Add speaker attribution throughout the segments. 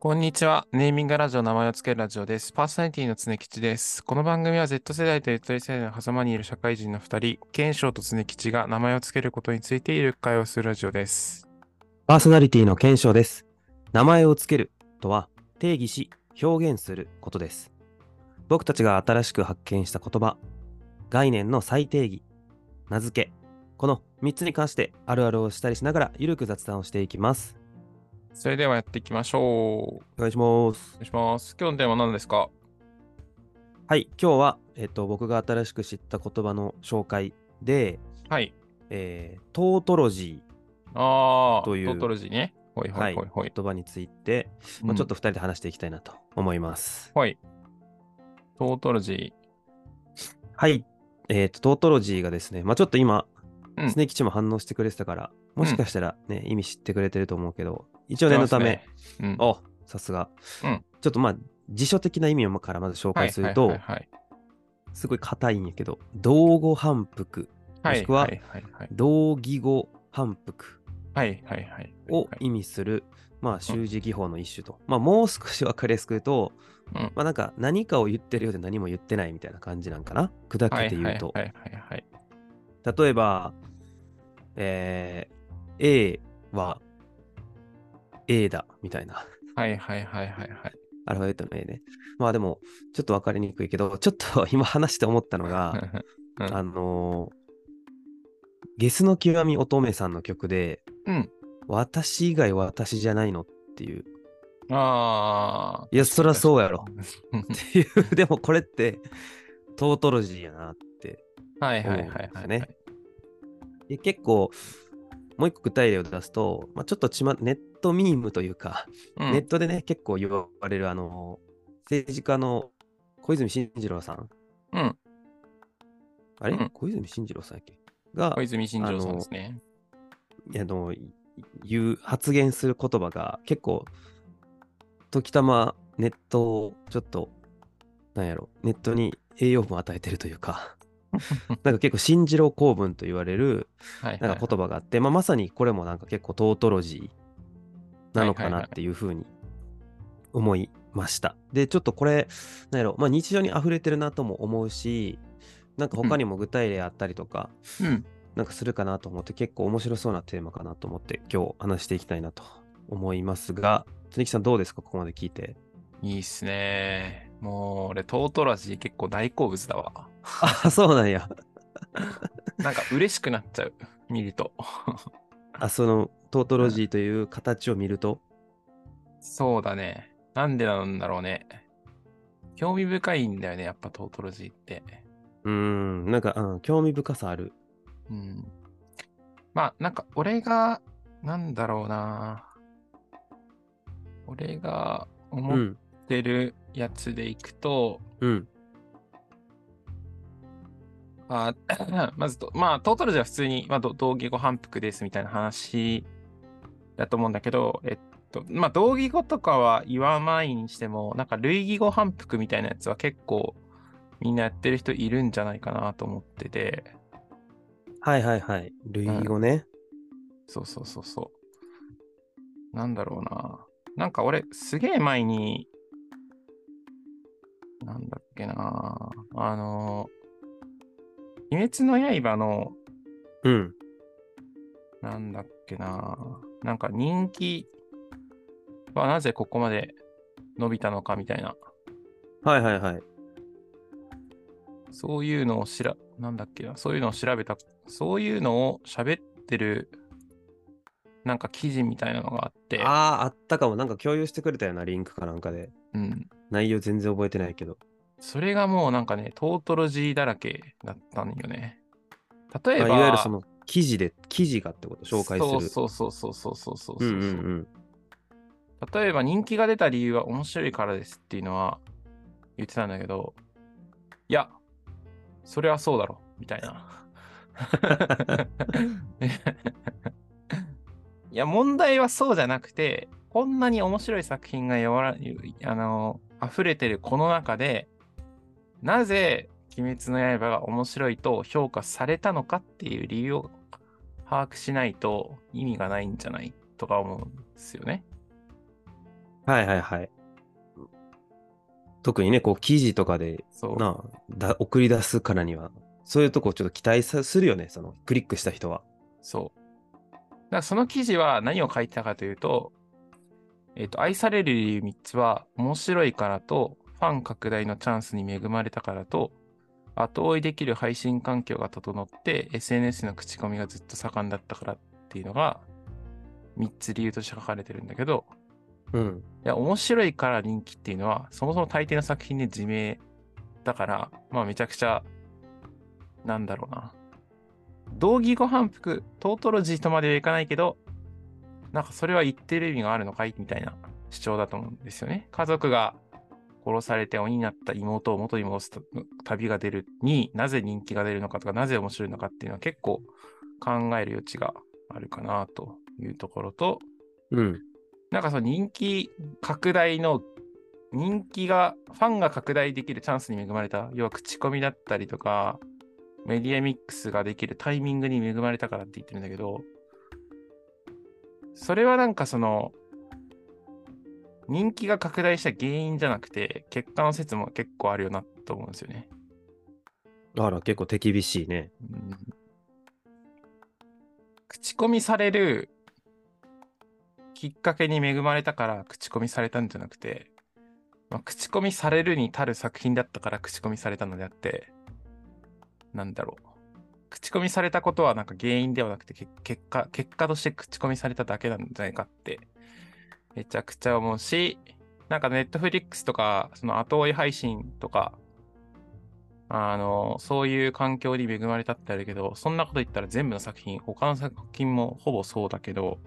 Speaker 1: こんにちは。ネーミングラジオ、名前をつけるラジオです。パーソナリティの常吉です。この番組は Z 世代とゆとり世代の狭間にいる社会人の2人、賢章と常吉が名前をつけることについている会話をするラジオです。
Speaker 2: パーソナリティの検証です。名前をつけるとは定義し表現することです。僕たちが新しく発見した言葉、概念の再定義、名付け、この3つに関してあるあるをしたりしながらゆるく雑談をしていきます。
Speaker 1: それではやっていきましょう。
Speaker 2: お願いします
Speaker 1: お。願いします。今日のテーマは何ですか
Speaker 2: はい、今日は、えっと、僕が新しく知った言葉の紹介で、
Speaker 1: はい。
Speaker 2: えートートロジ
Speaker 1: ああ、
Speaker 2: という
Speaker 1: トートロジーね。ほい
Speaker 2: ー、
Speaker 1: ほ
Speaker 2: はいい
Speaker 1: ほいほい。
Speaker 2: 言葉について、まあ、ちょっと2人で話していきたいなと思います。
Speaker 1: うん。はい。トートロジ
Speaker 2: はい。えっ、と、トートロジーがですね、まあちょっと今、
Speaker 1: うん
Speaker 2: スネ吉も反応してくれてたから、もしかしたらね、意味知ってくれてると思うけど、一応
Speaker 1: ー。
Speaker 2: 念のため、
Speaker 1: 出ますね。うん。
Speaker 2: おさすが、
Speaker 1: うん
Speaker 2: ちょっとまあ辞書的な意味をからまず紹介すると、
Speaker 1: はいはい
Speaker 2: すごい硬いんやけど、同語反復、
Speaker 1: はい。
Speaker 2: もしくは
Speaker 1: はいはいはい。
Speaker 2: 同義語反復
Speaker 1: はいはいはい。
Speaker 2: を意味する、まあ習字技法の一種と、まあもう少し分かりやすく言うと、
Speaker 1: うん
Speaker 2: まあなんか何かを言ってるようで何も言ってないみたいな感じなんかな、砕
Speaker 1: はい
Speaker 2: けて言うと。
Speaker 1: はいはいはいはい。
Speaker 2: 例えば、えー A は A だみたいな。
Speaker 1: はいはいはいはいはい。
Speaker 2: アルファベットの A ね。まあでも、ちょっと分かりにくいけど、ちょっと 今話して思ったのが、
Speaker 1: うん
Speaker 2: あのーゲスの極み乙女さんの曲で、
Speaker 1: うん
Speaker 2: 私以外私じゃないのっていう。
Speaker 1: ああ。
Speaker 2: いや、そりゃそうやろ。
Speaker 1: うん
Speaker 2: っ ていう、でもこれって、トートロジーやなって。
Speaker 1: はいはいはい
Speaker 2: 思
Speaker 1: は
Speaker 2: う
Speaker 1: い。
Speaker 2: んですねで結構、もう一個具体例を出すと、まあ、ちょっとちまネットミームというか、
Speaker 1: うん
Speaker 2: ネットでね、結構言われる、あの、政治家の小泉進次郎さん。
Speaker 1: うん
Speaker 2: あれ、
Speaker 1: うん
Speaker 2: 小泉進次郎さんやっけが
Speaker 1: 小、泉進次郎さんですね。
Speaker 2: あの、い言う、発言する言葉が結構、時たまネットをちょっと、なんやろ、ネットに栄養分を与えてるというか、なんか結構進次郎公文と言われる、
Speaker 1: はいはい
Speaker 2: なんか言葉があって、まあ、まさにこれもなんか結構トートロジーなのかなっていうふうに思いました。で、ちょっとこれ、なんやろ、まあ、日常に溢れてるなとも思うし、なんか他にも具体例あったりとか、
Speaker 1: うん。
Speaker 2: なんかするかなと思って、結構面白そうなテーマかなと思って、今日話していきたいなと思いますが、つねきさんどうですか、ここまで聞いて。
Speaker 1: いいっすね。もう俺、トートラジー結構大好物だわ。
Speaker 2: あ、そうなんや。
Speaker 1: なんか嬉しくなっちゃう。 見ると。
Speaker 2: あ、そのトートロジーという形を見ると、
Speaker 1: そうだね。なんでなんだろうね。興味深いんだよね、やっぱトートロジーって。
Speaker 2: うーん、なんか、うん、興味深さある。
Speaker 1: うん。まあ、なんか俺が、なんだろうな。俺が
Speaker 2: う
Speaker 1: 思っ
Speaker 2: ん、
Speaker 1: てるやつでいくと、
Speaker 2: うん、
Speaker 1: あ まずと、まあ、トータルじゃ普通に、まあ、ど同義語反復ですみたいな話だと思うんだけど、えっと、まあ、同義語とかは言わないにしても、なんか類義語反復みたいなやつは結構みんなやってる人いるんじゃないかなと思ってて、
Speaker 2: はいはいはい。類義語ね。
Speaker 1: そうそうそうそう。なんだろうな。なんか俺、すげえ前に、なんだっけな。あの、鬼滅の刃の、
Speaker 2: うん。
Speaker 1: なんだっけなぁなんか人気はなぜここまで伸びたのかみたいな、
Speaker 2: はいはいはい。
Speaker 1: そういうのをしら、なんだっけな、そういうのを調べた、そういうのを喋ってる、なんか記事みたいなのがあって、
Speaker 2: ああー、あったかも。なんか共有してくれたようなリンクかなんかで。
Speaker 1: うん。
Speaker 2: 内容全然覚えてないけど。
Speaker 1: それがもうなんかね、トートロジーだらけだったんよね。例えば、
Speaker 2: まあいわゆるその記事で、記事がってこと、紹介する。
Speaker 1: そうそうそうそうそうそうそうそうう。
Speaker 2: んうんうん。
Speaker 1: 例えば人気が出た理由は面白いからですっていうのは言ってたんだけど、いや、それはそうだろ、みたいな。いや、問題はそうじゃなくて、こんなに面白い作品がやわらあの溢れてるこの中で、なぜ鬼滅の刃が面白いと評価されたのかっていう理由を把握しないと意味がないんじゃないとか思うんですよね。
Speaker 2: はいはいはい。特にね、こう、記事とかで、
Speaker 1: そう。
Speaker 2: なあだ、送り出すからには、そういうとこちょっと期待さするよね、その、クリックした人は。
Speaker 1: そう。だからその記事は何を書いてたかというと、えっ、と、愛される理由3つは、面白いからと、ファン拡大のチャンスに恵まれたからと、後追いできる配信環境が整って、SNS の口コミがずっと盛んだったからっていうのが、3つ理由として書かれてるんだけど、
Speaker 2: うん。
Speaker 1: いや、面白いから人気っていうのは、そもそも大抵の作品で自明だから、まあめちゃくちゃ、なんだろうな。同義語反復、トートロジーとまではいかないけど、なんかそれは言ってる意味があるのかいみたいな主張だと思うんですよね。家族が殺されて鬼になった妹を元に戻すと旅が出るになぜ人気が出るのかとか、なぜ面白いのかっていうのは結構考える余地があるかなというところと、
Speaker 2: うん。
Speaker 1: なんかその人気拡大の人気がファンが拡大できるチャンスに恵まれた要は口コミだったりとかメディアミックスができるタイミングに恵まれたからって言ってるんだけどそれはなんかその人気が拡大した原因じゃなくて結果の説も結構あるよなと思うんですよね。
Speaker 2: あら、結構手厳しいね。
Speaker 1: うん口コミされるきっかけに恵まれたから口コミされたんじゃなくて、まあ、口コミされるに足る作品だったから口コミされたのであって、なんだろう。口コミされたことはなんか原因ではなくてけ結果、結果として口コミされただけなんじゃないかって、めちゃくちゃ思うし、なんかネットフリックスとか、その後追い配信とか、あの、そういう環境に恵まれたってあるけど、そんなこと言ったら全部の作品、他の作品もほぼそうだけど、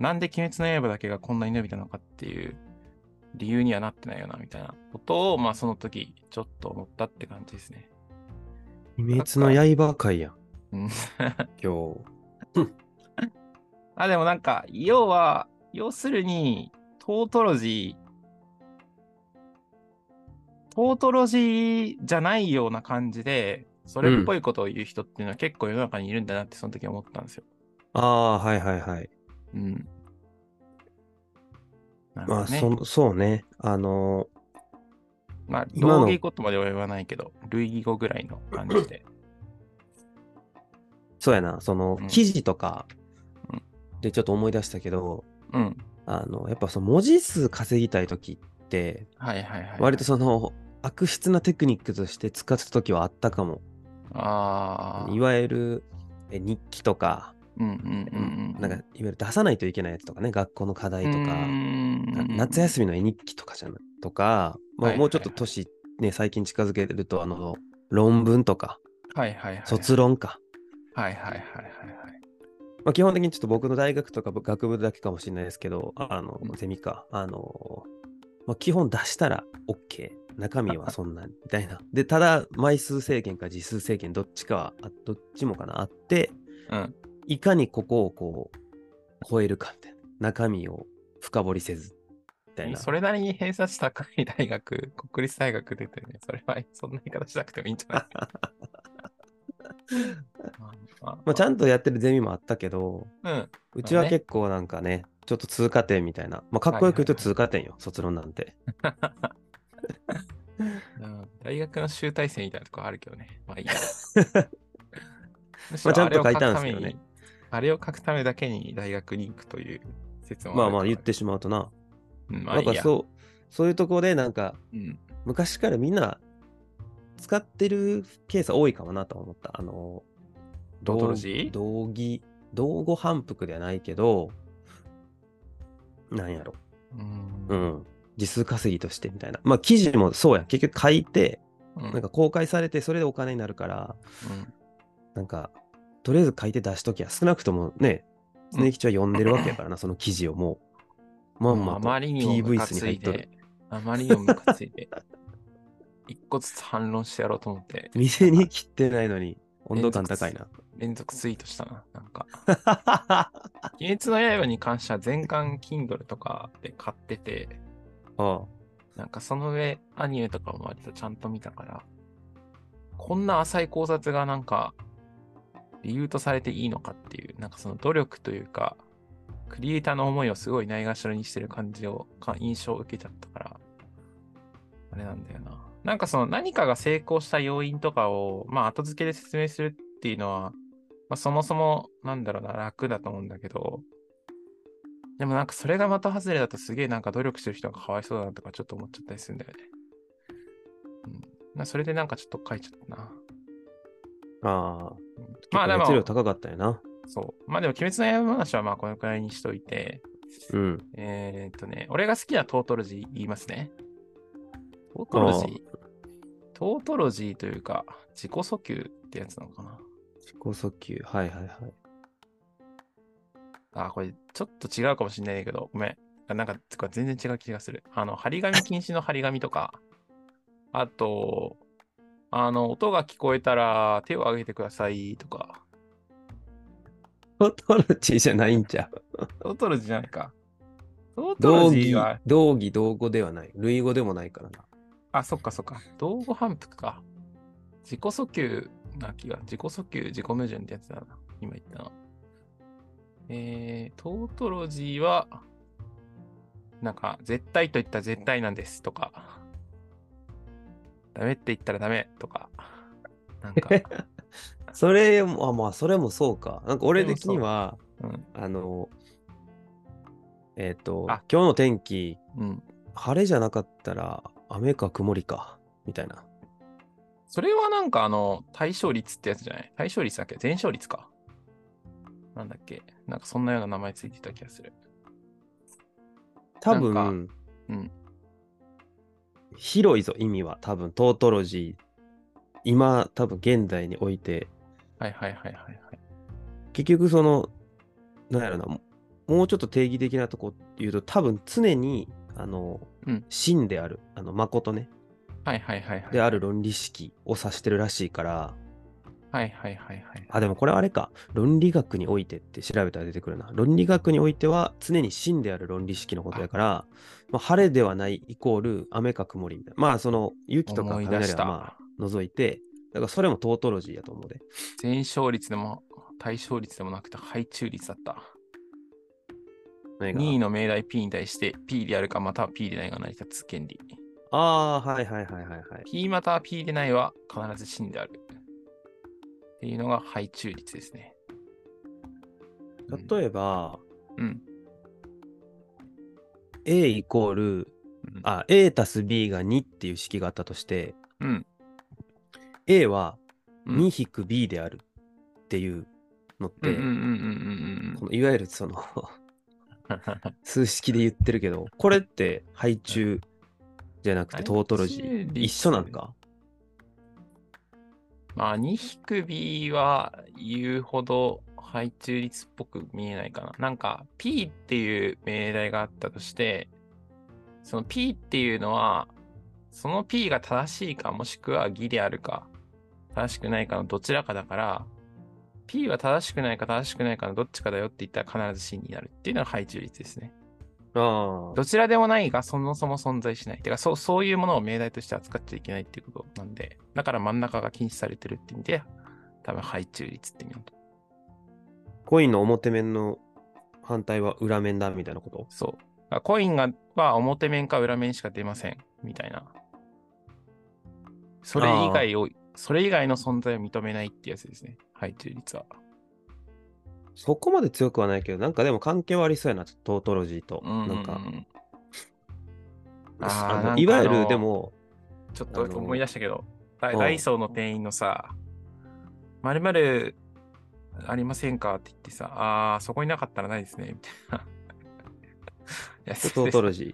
Speaker 1: なんで鬼滅の刃だけがこんなに伸びたのかっていう理由にはなってないよな、みたいなことを、まあその時、ちょっと思ったって感じですね。
Speaker 2: 鬼滅の刃会やん、
Speaker 1: うん
Speaker 2: 今日。
Speaker 1: あ、でもなんか、要は、要するに、トートロジー、トートロジーじゃないような感じで、それっぽいことを言う人っていうのは結構世の中にいるんだなって、その時思ったんですよ。
Speaker 2: ああ、はいはいはい。
Speaker 1: うん。なるほ
Speaker 2: ま
Speaker 1: ど
Speaker 2: あ、
Speaker 1: ね、
Speaker 2: そそうね。あの
Speaker 1: まあ、
Speaker 2: 今の
Speaker 1: 同義語とまでは言わないけど、類義語ぐらいの感じで。
Speaker 2: そうやな、その
Speaker 1: うん
Speaker 2: 記事とか
Speaker 1: うん
Speaker 2: でちょっと思い出したけど、
Speaker 1: うん。
Speaker 2: あの、やっぱその文字数稼ぎたい時って、
Speaker 1: はいはいはい。
Speaker 2: 割とその悪質なテクニックとして使ってた時はあったかも。
Speaker 1: ああ。
Speaker 2: いわゆるえ日記とか、
Speaker 1: うんうんうんうん。
Speaker 2: なんかいわゆる出さないといけないやつとかね、学校の課題とか、な夏
Speaker 1: 夏
Speaker 2: 休みの絵日記とかじゃないとか、
Speaker 1: はいはいは
Speaker 2: まあ、
Speaker 1: い
Speaker 2: もうちょっと年、ね、最近近づけると、あの、論文とか、
Speaker 1: はいはいはい。
Speaker 2: 卒論か。
Speaker 1: はいはいはいはいはい。
Speaker 2: まあ、基本的にちょっと僕の大学とか部学部だけかもしれないですけど、ああの
Speaker 1: う、ん
Speaker 2: ゼミか、あの、まあ、基本出したら OK。中 身はそんなに、みたいな。で、ただ、枚数制限か字数制限、どっちかは、あどっちもかな、あって、
Speaker 1: うん
Speaker 2: いかにここをこう、超えるか、みたいな。中身を深掘りせず、みたいな。
Speaker 1: それなりに偏差値高い大学、国立大学出てね、それはそんな言い方しなくてもいいんじ ゃないまあまあ
Speaker 2: まあ、ちゃんとやってるゼミもあったけど、
Speaker 1: うん。
Speaker 2: うちは
Speaker 1: まあね
Speaker 2: 結構なんかね、ちょっと通過点みたいな。まあ、かっこよく言うと通過点よ、卒論なんて。
Speaker 1: うん大学の集大成みたいなとこあるけどね。まあいいや。むし
Speaker 2: ま
Speaker 1: ろ
Speaker 2: あちゃ
Speaker 1: あ
Speaker 2: ん
Speaker 1: れ
Speaker 2: と
Speaker 1: を書
Speaker 2: 書い
Speaker 1: く
Speaker 2: たんで
Speaker 1: た
Speaker 2: すけ
Speaker 1: め
Speaker 2: どね
Speaker 1: に、あれを書くためだけに大学に行くという説も
Speaker 2: ま
Speaker 1: あ
Speaker 2: あ
Speaker 1: るから
Speaker 2: まあ言ってしまうとな。
Speaker 1: うんまあ
Speaker 2: ないん
Speaker 1: いや
Speaker 2: かそう、そういうとこでなんか、
Speaker 1: うん
Speaker 2: 昔からみんな使ってるケースは多いかもなと思った。あの、
Speaker 1: トートロジー
Speaker 2: 同義、同語反復ではないけど、なんやろ。
Speaker 1: うん
Speaker 2: うん。時数稼ぎとしてみたいな。まあ記事もそうやん。結局書いて、
Speaker 1: うん
Speaker 2: なんか公開されて、それでお金になるから、
Speaker 1: うん
Speaker 2: なんか、とりあえず書いて出しときゃ、少なくともね、
Speaker 1: うん
Speaker 2: 常吉は読んでるわけやからな、その記事をもう。まんま
Speaker 1: あ
Speaker 2: と
Speaker 1: まりにもム
Speaker 2: PV
Speaker 1: カ
Speaker 2: 数に
Speaker 1: つ
Speaker 2: 入
Speaker 1: い
Speaker 2: っとる
Speaker 1: て。、あまりにもムカついて、一個ずつ反論してやろうと思って、
Speaker 2: 店に切ってないのに、温度感高いな。
Speaker 1: 連続ツイートしたな。なんか、鬼滅の刃に関しては全巻 Kindle とかで買ってて、
Speaker 2: あ
Speaker 1: なんかその上、アニメとかも割とちゃんと見たから、こんな浅い考察がなんか、理由とされていいのかっていう、なんかその努力というか、クリエイターの思いをすごいないがしろにしてる感じを、か印象を受けちゃったから、あれなんだよな。なんかその何かが成功した要因とかを、まあ後付けで説明するっていうのは、まあそもそも、なんだろうな、楽だと思うんだけど、でもなんかそれが的外れだとすげえなんか努力してる人がかわいそうだなとかちょっと思っちゃったりするんだよね。うん。まあそれでなんかちょっと書いちゃったな。
Speaker 2: ああ。
Speaker 1: まあでも
Speaker 2: 熱量高かったよな。
Speaker 1: そう。まあでも、鬼滅の刃話はまあこのくらいにしといて、
Speaker 2: うん。
Speaker 1: えー、っとね、俺が好きなトートロジー言いますね。トートロジートートロジーというか、自己訴求ってやつなのかな。
Speaker 2: 自己訴求。はいはいはい。
Speaker 1: あ、これちょっと違うかもしれないけど、ごめん。あなんか、つうか全然違う気がする。あの、張り紙禁止の張り紙とか、あと、あの、音が聞こえたら手を挙げてくださいとか、
Speaker 2: トートロジーじゃないんちゃう。
Speaker 1: トートロジーじゃないか。トートロ
Speaker 2: 同
Speaker 1: ジー
Speaker 2: 義
Speaker 1: は、、
Speaker 2: 同義、同語ではない。類語でもないからな。
Speaker 1: あ、そっかそっか。道後反復か。自己訴求な気が、自己訴求、自己矛盾ってやつだな。今言ったの。えー、トートロジーは、なんか、絶対と言ったら絶対なんですとか、ダメって言ったらダメとか、なんか、
Speaker 2: それも、あ、まあ、それもそうか。なんか俺的には、
Speaker 1: うん、
Speaker 2: あの、えっ、と、今
Speaker 1: あ
Speaker 2: 日の天気、
Speaker 1: うん。
Speaker 2: 晴れじゃなかったら、雨か曇りか、みたいな。
Speaker 1: それはなんかあの、対象率ってやつじゃない対象率だっけ全勝率か。なんだっけなんかそんなような名前ついてた気がする。
Speaker 2: 多分、
Speaker 1: なんうん
Speaker 2: 広いぞ、意味は。多分、トートロジー。今、多分、現代において、
Speaker 1: はいはいはいはいはい。
Speaker 2: 結局、その、なんやろな、ももうちょっと定義的なとこ言うと、多分、常に、あの、
Speaker 1: うん
Speaker 2: 真である、あの、誠ね、
Speaker 1: はいはいはいはい。
Speaker 2: である論理式を指してるらしいから、
Speaker 1: はいはいはいはい。
Speaker 2: あ、でもこれあれか。論理学においてって調べたら出てくるな。論理学においては常に真である論理式のことやから、まあ、晴れではないイコール雨か曇りみたいな。まあその雪とか
Speaker 1: 思い出
Speaker 2: 雷
Speaker 1: し
Speaker 2: は
Speaker 1: た。
Speaker 2: まあ除いて、だからそれもトートロジーやと思うで。
Speaker 1: 全勝率でも対象率でもなくて配中率だった。
Speaker 2: 何が
Speaker 1: 2位の命題 P に対して P であるかまたは P でないが成り立つ原理。
Speaker 2: ああ、はいはいはいはいはい。
Speaker 1: P または P でないは必ず真である。っていうのが配中率ですね。
Speaker 2: 例えば、
Speaker 1: うん。
Speaker 2: A イコール、
Speaker 1: うん
Speaker 2: あ、A たす B が2っていう式があったとして、
Speaker 1: うん。
Speaker 2: A は
Speaker 1: うん
Speaker 2: 2引く B であるっていうのっ
Speaker 1: う
Speaker 2: て、
Speaker 1: んうんうんうん
Speaker 2: このいわゆるその、
Speaker 1: うんうん。
Speaker 2: 数式で言ってるけど、これって配中じゃなくて
Speaker 1: 配
Speaker 2: トートロジー
Speaker 1: 中。率
Speaker 2: 一緒なんか
Speaker 1: まあ、2-B は言うほど配中率っぽく見えないかな。なんか、P っていう命題があったとして、その P っていうのは、その P が正しいか、もしくは偽であるか、正しくないかのどちらかだから、P は正しくないか正しくないかのどっちかだよって言ったら必ず真になるっていうのが配中率ですね。
Speaker 2: あ
Speaker 1: どちらでもないが、そもそも存在しない。てか、そう、そういうものを命題として扱っちゃいけないっていうことなんで、だから真ん中が禁止されてるって意味で、多分、配中率って意味なんだと。
Speaker 2: コインの表面の反対は裏面だみたいなこと
Speaker 1: そう。だからコインが、は表面か裏面しか出ません。みたいな。それ以外を、それ以外の存在を認めないってやつですね。配中率は。
Speaker 2: そこまで強くはないけど、なんかでも関係はありそうやな、ちょっとトートロジーと。
Speaker 1: う
Speaker 2: なんか、
Speaker 1: うあー
Speaker 2: あ
Speaker 1: なん
Speaker 2: の
Speaker 1: か
Speaker 2: いわゆ
Speaker 1: あ
Speaker 2: る
Speaker 1: の
Speaker 2: でも、
Speaker 1: ちょっと
Speaker 2: あの
Speaker 1: 思い出したけど、ダ
Speaker 2: うん
Speaker 1: ダイソーの店員のさ、まるまるありませんかって言ってさ、ああ、そこになかったらないですね、みたいな。いや、
Speaker 2: ト
Speaker 1: そう
Speaker 2: ー
Speaker 1: です
Speaker 2: トロジー。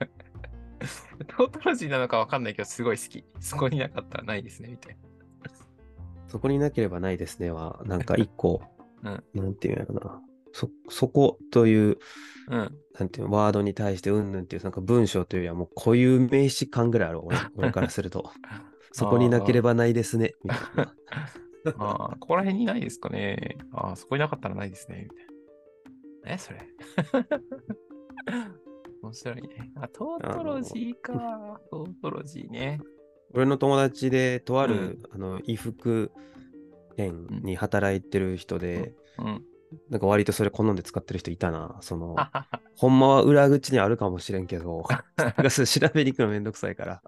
Speaker 1: トートロジーなのかわかんないけど、すごい好き。そこになかったらないですね、みたい
Speaker 2: そこになければないですねは、なんか一個、
Speaker 1: うん
Speaker 2: なんていうんやろな。そ、そこという、
Speaker 1: な。 うん。
Speaker 2: なんていうのワードに対してうんぬんっていう、なんか文章というよりはもう固有名詞感ぐらいあ る、俺俺からすると。そこになければないですね、みたいな。
Speaker 1: ああ、ここら辺にないですかね。ああ、そこになかったらないですね、みたいな。え、それ。 面白いね。あ、トートロジーか。トートロジーね。
Speaker 2: 俺の友達で、とあ
Speaker 1: う
Speaker 2: る、あの衣服店に働いてる人で、
Speaker 1: うん。
Speaker 2: なんか割とそれ好んで使ってる人いたな。その、ほんまは裏口にあるかもしれんけど、なんかそれ調べに行くのめんどくさ いから、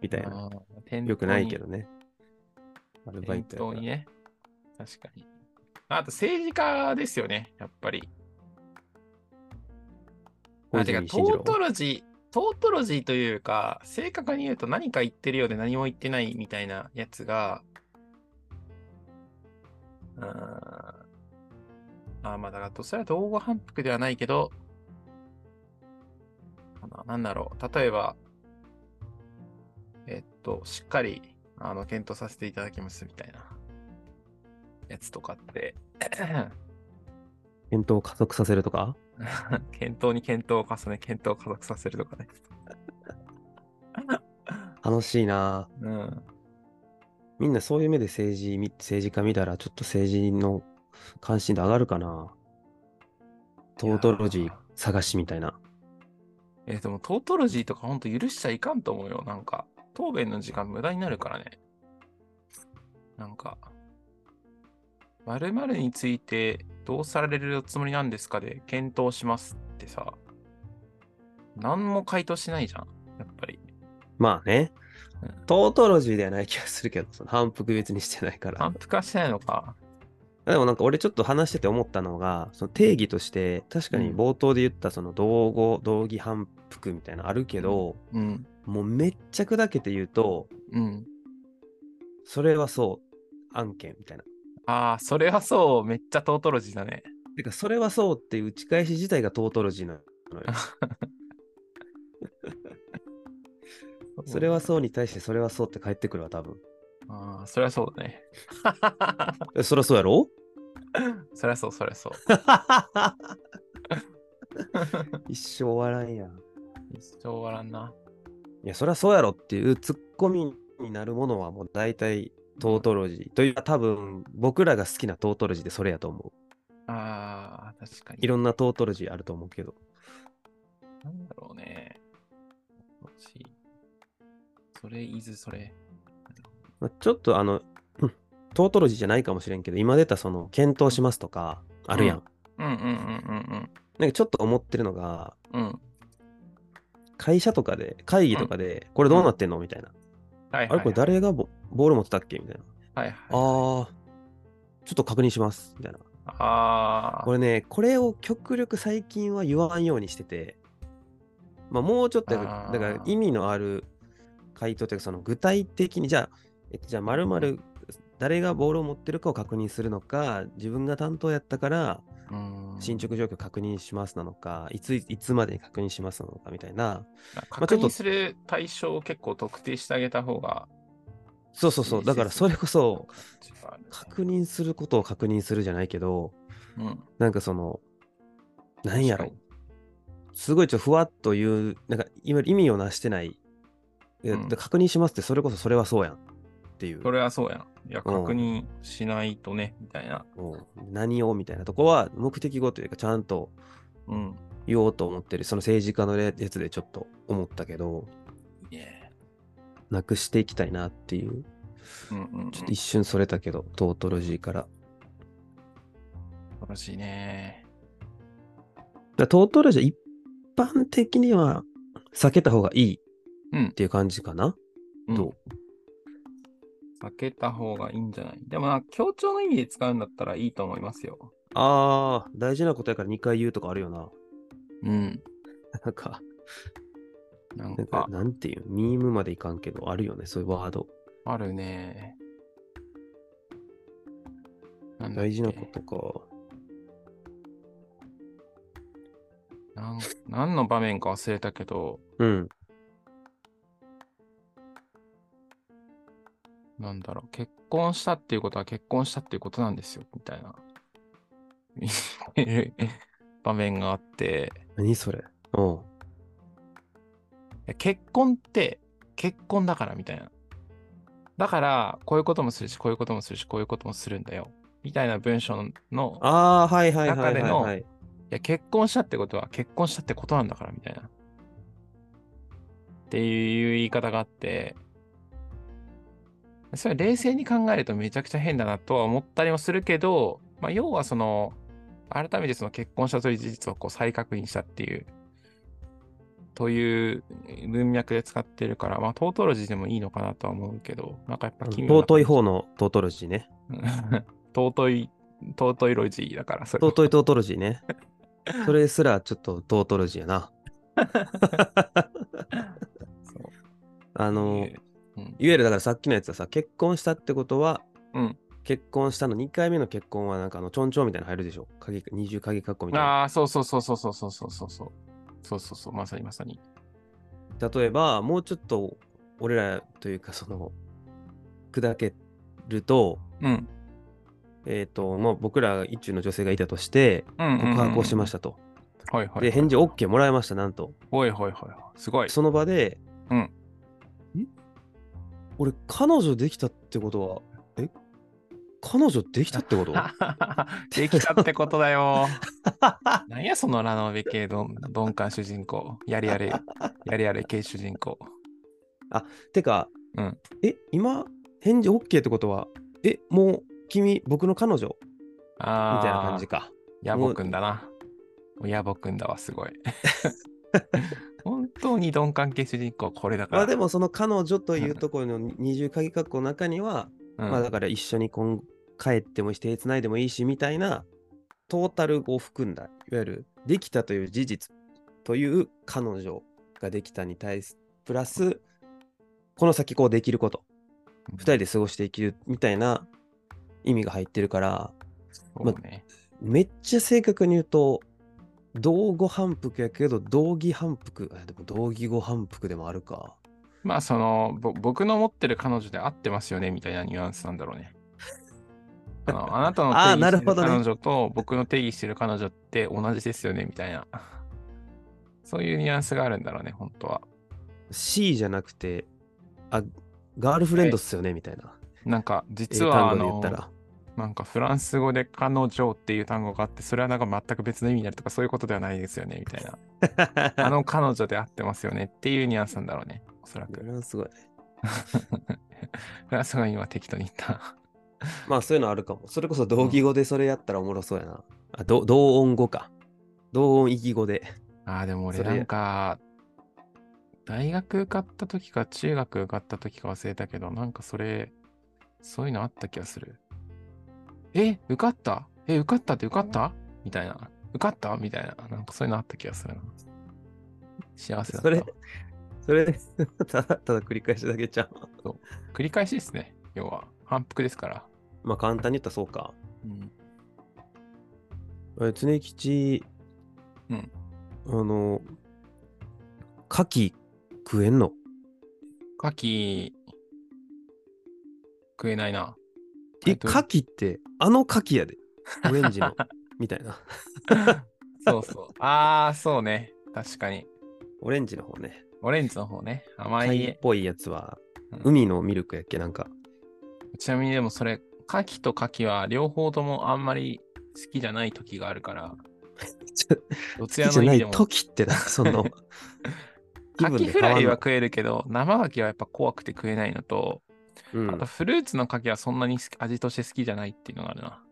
Speaker 2: みたいな。
Speaker 1: な
Speaker 2: よくないけどね。アルバイ
Speaker 1: 本
Speaker 2: トや
Speaker 1: 当
Speaker 2: から
Speaker 1: にね。確かに。あと政治家ですよね、やっぱり。あ、
Speaker 2: 小
Speaker 1: てか、
Speaker 2: 泉
Speaker 1: ト
Speaker 2: 進次郎
Speaker 1: ートロジー、トートロジーというか、正確に言うと何か言ってるようで何も言ってないみたいなやつが、うーんあ、まあだからと、それは道後反復ではないけど、かななんだろう、例えば、えっと、しっかり、あの、検討させていただきますみたいな、やつとかって、
Speaker 2: 検討を加速させるとか
Speaker 1: 検討に検討を重ね、検討を加速させるとかね。
Speaker 2: 楽しいな
Speaker 1: うん。
Speaker 2: みんなそういう目で政治み、政治家見たら、ちょっと政治の関心度上がるかなトートロジ
Speaker 1: い
Speaker 2: ー
Speaker 1: やー
Speaker 2: 探しみたいな。
Speaker 1: えーでもトートロジーとかほんと許しちゃいかんと思うよ。なんか、答弁の時間無駄になるからね。なんか、〇〇についてどうされるおつもりなんですかで検討しますってさ、何も回答しないじゃん。やっぱり。
Speaker 2: まあね
Speaker 1: うん。
Speaker 2: トートロジーではない気がするけど、その反復別にしてないから。
Speaker 1: 反復化してないのか。
Speaker 2: でもなんか俺ちょっと話してて思ったのが、その定義として、確かに
Speaker 1: うん
Speaker 2: 冒頭で言ったその道後、道義反復みたいなのあるけど、
Speaker 1: うん。
Speaker 2: もうめっちゃ砕けて言うと、
Speaker 1: うん。
Speaker 2: それはそう、案件みたいな。
Speaker 1: ああ、それはそう。めっちゃトートロジーだね。
Speaker 2: てか、それはそうっていう打ち返し自体がトートロジーなのよ。それはそうに対して、それはそうって返ってくるわ、多分。
Speaker 1: ああ、そりゃそうだね。
Speaker 2: えそりゃそうや ろ
Speaker 1: そりゃそう、そりゃそう。
Speaker 2: 一生笑いやん。
Speaker 1: 一生終わらんな。
Speaker 2: いや、そりゃそうやろっていうツッコミになるものはもう大体トートロジーというか多分僕らが好きなトートロジーでそれやと思う。
Speaker 1: ああ、確かに。
Speaker 2: いろんなトートロジーあると思うけど。
Speaker 1: なんだろうね。欲しいそれ、いずそれ。
Speaker 2: まあちょっとあの、うんトートロジーじゃないかもしれんけど、今出たその検討しますとかあるやん。
Speaker 1: うんうんうんうん
Speaker 2: なんかちょっと思ってるのが、
Speaker 1: うんうん。うん。
Speaker 2: 会社とかで、会議とかで、これどうなってんのみたいな。
Speaker 1: はいはい、
Speaker 2: あれこれ誰がボボール持ってたっけみたいな。
Speaker 1: はいはい。
Speaker 2: あー、ちょっと確認します。みたいな。
Speaker 1: あー
Speaker 2: 俺ね、これを極力最近は言わんようにしてて、まあ、もうちょっとだか
Speaker 1: あー
Speaker 2: ら、だから意味のある回答というか、その具体的に、じゃあ、えっと、じゃあ、まるまる誰がボールを持ってるかを確認するのか、自分が担当やったから、
Speaker 1: うーん
Speaker 2: 進捗状況確認しますなのか、いつ、いつまでに確認しますなのかみたいな。まあ
Speaker 1: 確
Speaker 2: ちょっと
Speaker 1: 認する対象を結構特定してあげた方が。
Speaker 2: そうそうそう。だから、それこそ、
Speaker 1: なんか違うね
Speaker 2: 確認することを確認するじゃないけど、
Speaker 1: うん。
Speaker 2: なんかその、なんやろ
Speaker 1: 確か。
Speaker 2: すごいちょっとふわっと言う、なんかいわゆる意味をなしてない。いや
Speaker 1: うん
Speaker 2: で確認しますって、それこそそれはそうやんっていう。
Speaker 1: それはそうやん。いや、
Speaker 2: うん
Speaker 1: 確認しないとね、みたいな。
Speaker 2: うん何をみたいなとこは、目的語というか、ちゃんと
Speaker 1: うん。
Speaker 2: 言おうと思ってる、その政治家のやつでちょっと思ったけど、
Speaker 1: いいね。
Speaker 2: なくしていきたいなっていう。
Speaker 1: うんうん、うん。
Speaker 2: ちょっと一瞬それたけど、トートロジーから。だか
Speaker 1: 楽しいね。
Speaker 2: らトートロジーは一般的には避けた方がいい
Speaker 1: うん
Speaker 2: っていう感じかな。
Speaker 1: うん
Speaker 2: どう
Speaker 1: 避けた方がいいんじゃないでもな、強調の意味で使うんだったらいいと思いますよ。
Speaker 2: ああ、大事なことやから2回言うとかあるよな。
Speaker 1: うん。
Speaker 2: なんか、
Speaker 1: なん
Speaker 2: なんか
Speaker 1: か、
Speaker 2: なんていう、ミームまでいかんけど、あるよね、そういうワード。
Speaker 1: あるね。なんだっけ
Speaker 2: 大事なことか。
Speaker 1: なん何の場面か忘れたけど、
Speaker 2: うん。
Speaker 1: なんだろう、結婚したっていうことは結婚したっていうことなんですよ、みたいな。 言ってる場面があって、
Speaker 2: 何それ。うん。
Speaker 1: いや結婚って結婚だからみたいな。だから、こういうこともするし、こういうこともするし、こういうこともするんだよ。みたいな文章の、い
Speaker 2: ああ、はいはいはいはい、
Speaker 1: 中
Speaker 2: は
Speaker 1: で
Speaker 2: い。
Speaker 1: や、結婚したってことは結婚したってことなんだからみたいな。っていう言い方があって、それ冷静に考えるとめちゃくちゃ変だなとは思ったりもするけど、まあ、要はその、改めてその結婚したという事実をこう再確認したっていう、という文脈で使ってるから、まあ、トートロジーでもいいのかなとは思うけど、なんかやっぱ奇妙な
Speaker 2: 尊い方のトートロジーね。
Speaker 1: 尊い、尊いロジーだから、それ
Speaker 2: 尊いトートロジー ね。それすらちょっとトートロジーやな。
Speaker 1: そう
Speaker 2: あの、
Speaker 1: えうん
Speaker 2: いわゆるだからさっきのやつはさ、結婚したってことは、
Speaker 1: うん
Speaker 2: 結婚したの2回目の結婚はなんかあのちょんちょんみたいなの入るでしょ。鍵二重鍵括弧みたいな。
Speaker 1: ああ、そうそうそうそうそうそうそうそうそう。そうそうそう、まさにまさに。
Speaker 2: 例えば、もうちょっと俺らというかその、砕けると、
Speaker 1: うん。
Speaker 2: えっ、と、まあ、僕ら一中の女性がいたとして、
Speaker 1: うん、
Speaker 2: 告白をしましたと。
Speaker 1: た。はいはい。
Speaker 2: で、返事 OK もらいました、なんと。
Speaker 1: はいはいはい。すごい。
Speaker 2: その場で、
Speaker 1: うん
Speaker 2: ん俺、彼女できたってことは、え彼女できたってこと
Speaker 1: できたってことだ よ。なんやそのラノベ系どん鈍感主人公。やれやれ、やれやれ系主人公。
Speaker 2: てか、
Speaker 1: うん
Speaker 2: え、今、返事 OK ってことは、え、もう、君、僕の彼女
Speaker 1: ああ、
Speaker 2: みたいな感じか。
Speaker 1: 野暮くんだな。もう野暮くんだわ、すごい。 本当に鈍感系主人公、これだか
Speaker 2: ま
Speaker 1: ら。
Speaker 2: あでも、その彼女というところの二重鍵括弧の中には、
Speaker 1: うん、
Speaker 2: まあだから一緒に今後帰ってもいいし、手つないでもいいし、みたいな、トータルを含んだ、いわゆる、できたという事実という彼女ができたに対す、プラス、この先こうできること、
Speaker 1: うん
Speaker 2: 二人で過ごしていけるみたいな意味が入ってるから、
Speaker 1: そうね。
Speaker 2: めっちゃ正確に言うと、同語反復やけど、同義反復、あでも同義語反復でもあるか。
Speaker 1: まあ、その、ぼ僕の持ってる彼女で合ってますよね、みたいなニュアンスなんだろうね。あのあなたの
Speaker 2: あー
Speaker 1: 定義
Speaker 2: なる
Speaker 1: して
Speaker 2: ほ
Speaker 1: る
Speaker 2: どね
Speaker 1: 彼女と僕の定義してる彼女って同じですよね、みたいな。そういうニュアンスがあるんだろうね、本当は。
Speaker 2: C じゃなくて、あ、ガールフレンドっすよね、みたいな。
Speaker 1: なんか、
Speaker 2: 英
Speaker 1: 実は、あ
Speaker 2: 単語で言
Speaker 1: の
Speaker 2: った、ら。
Speaker 1: なんかフランス語で彼女っていう単語があって、それはなんか全く別の意味になるとか、そういうことではないですよね、みたいな。 あの彼女で合ってますよねっていうニュアンスなんだろうね、おそらく。
Speaker 2: いやすごい。
Speaker 1: フランス語は今適当に言った。
Speaker 2: まあそういうのあるかも。それこそ同義語でそれやったらおもろそうやな。あど同音語か。同音異義語で。
Speaker 1: ああ、でも俺
Speaker 2: それ
Speaker 1: なんか、大学受かった時か中学受かった時か忘れたけど、なんかそれ、そういうのあった気がする。え、受かったえ、受かったって受かったみたいな。受かったみたいな。なんかそういうのあった気がするな。幸せだった
Speaker 2: それ
Speaker 1: わ。、
Speaker 2: それ、 ただただ繰り返しだけじゃん。
Speaker 1: 繰り返しですね。要は。反復ですから。
Speaker 2: まあ簡単に言ったらそうか。
Speaker 1: うん。
Speaker 2: え常吉、
Speaker 1: うん。
Speaker 2: あの、牡蠣食えんの
Speaker 1: 牡蠣、食えないな。タイ
Speaker 2: え、
Speaker 1: ト
Speaker 2: 牡
Speaker 1: ル
Speaker 2: 蠣ってあの牡蠣やで。オレン ジの。みたいな。
Speaker 1: そうそう。ああ、そうね。確かに。
Speaker 2: オレンジの方ね。
Speaker 1: オレンジの方ね。甘い
Speaker 2: 貝っ
Speaker 1: 絵。
Speaker 2: ぽいやつは、
Speaker 1: うん
Speaker 2: 海のミルクやっけなんか。
Speaker 1: ちなみにでもそれ、牡蠣と牡蠣は両方ともあんまり好きじゃない時があるから、
Speaker 2: ちょ
Speaker 1: どち
Speaker 2: 好
Speaker 1: ら
Speaker 2: き
Speaker 1: の
Speaker 2: じゃ
Speaker 1: 意
Speaker 2: な
Speaker 1: 味で
Speaker 2: い
Speaker 1: も。。
Speaker 2: 時ってな、その
Speaker 1: 牡蠣フライは食
Speaker 2: え、
Speaker 1: えるけど、生牡蠣はやっぱ怖くて食えないのと、
Speaker 2: うん
Speaker 1: あとフルーツの牡蠣はそんなに好き味として好きじゃないっていうのがあるな。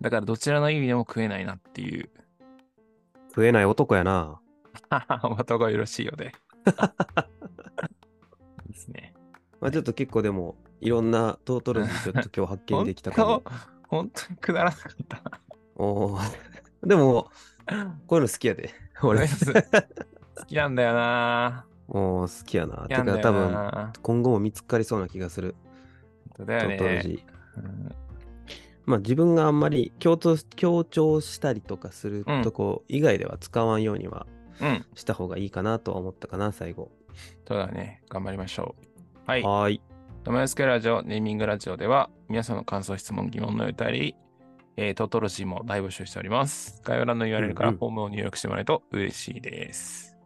Speaker 1: だからどちらの意味でも食えないなっていう。
Speaker 2: 食えない男やな。
Speaker 1: ははは、またがよろしいよ ね。いいですね。
Speaker 2: まあ、ちょっと結構でも、いろんなトートルジーち ょっと今日発見できたか
Speaker 1: 本
Speaker 2: も。
Speaker 1: 当本当にくだらなかった。
Speaker 2: おー でも、こういうの好きや で。俺、
Speaker 1: 好きなんだよな。
Speaker 2: もう好きやな。
Speaker 1: 好
Speaker 2: て
Speaker 1: きなんだ
Speaker 2: か、
Speaker 1: よ
Speaker 2: 多分、
Speaker 1: な。
Speaker 2: 今後も見つかりそうな気がする、
Speaker 1: 本当だよ
Speaker 2: トートルジ
Speaker 1: ね。
Speaker 2: ー。
Speaker 1: うん
Speaker 2: まあ、自分があんまり強調強調したりとかする
Speaker 1: うん
Speaker 2: とこ以外では使わんようには
Speaker 1: うん、
Speaker 2: した方がいいかなとは思ったかな、最後。
Speaker 1: そうだね。頑張りましょう。はい。
Speaker 2: はーい。
Speaker 1: 名前を付けラジオ、ネーミングラジオでは、皆さんの感想、質問、疑問の歌たり、えー、トートロジーも大募集しております。概要欄の URL から
Speaker 2: うんうん
Speaker 1: フォームを入力してもらえると嬉しいです。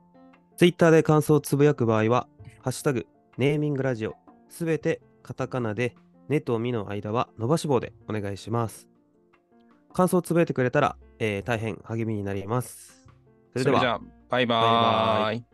Speaker 2: ツイッターで感想をつぶやく場合は、ハッシュタグ、ネーミングラジオ、すべてカタカナで、ネとミの間は伸ばし棒でお願いします。感想をつぶやいてくれたら、えー大変励みになります。それでは、
Speaker 1: ゃあ、バイバ
Speaker 2: バイバ
Speaker 1: ーイ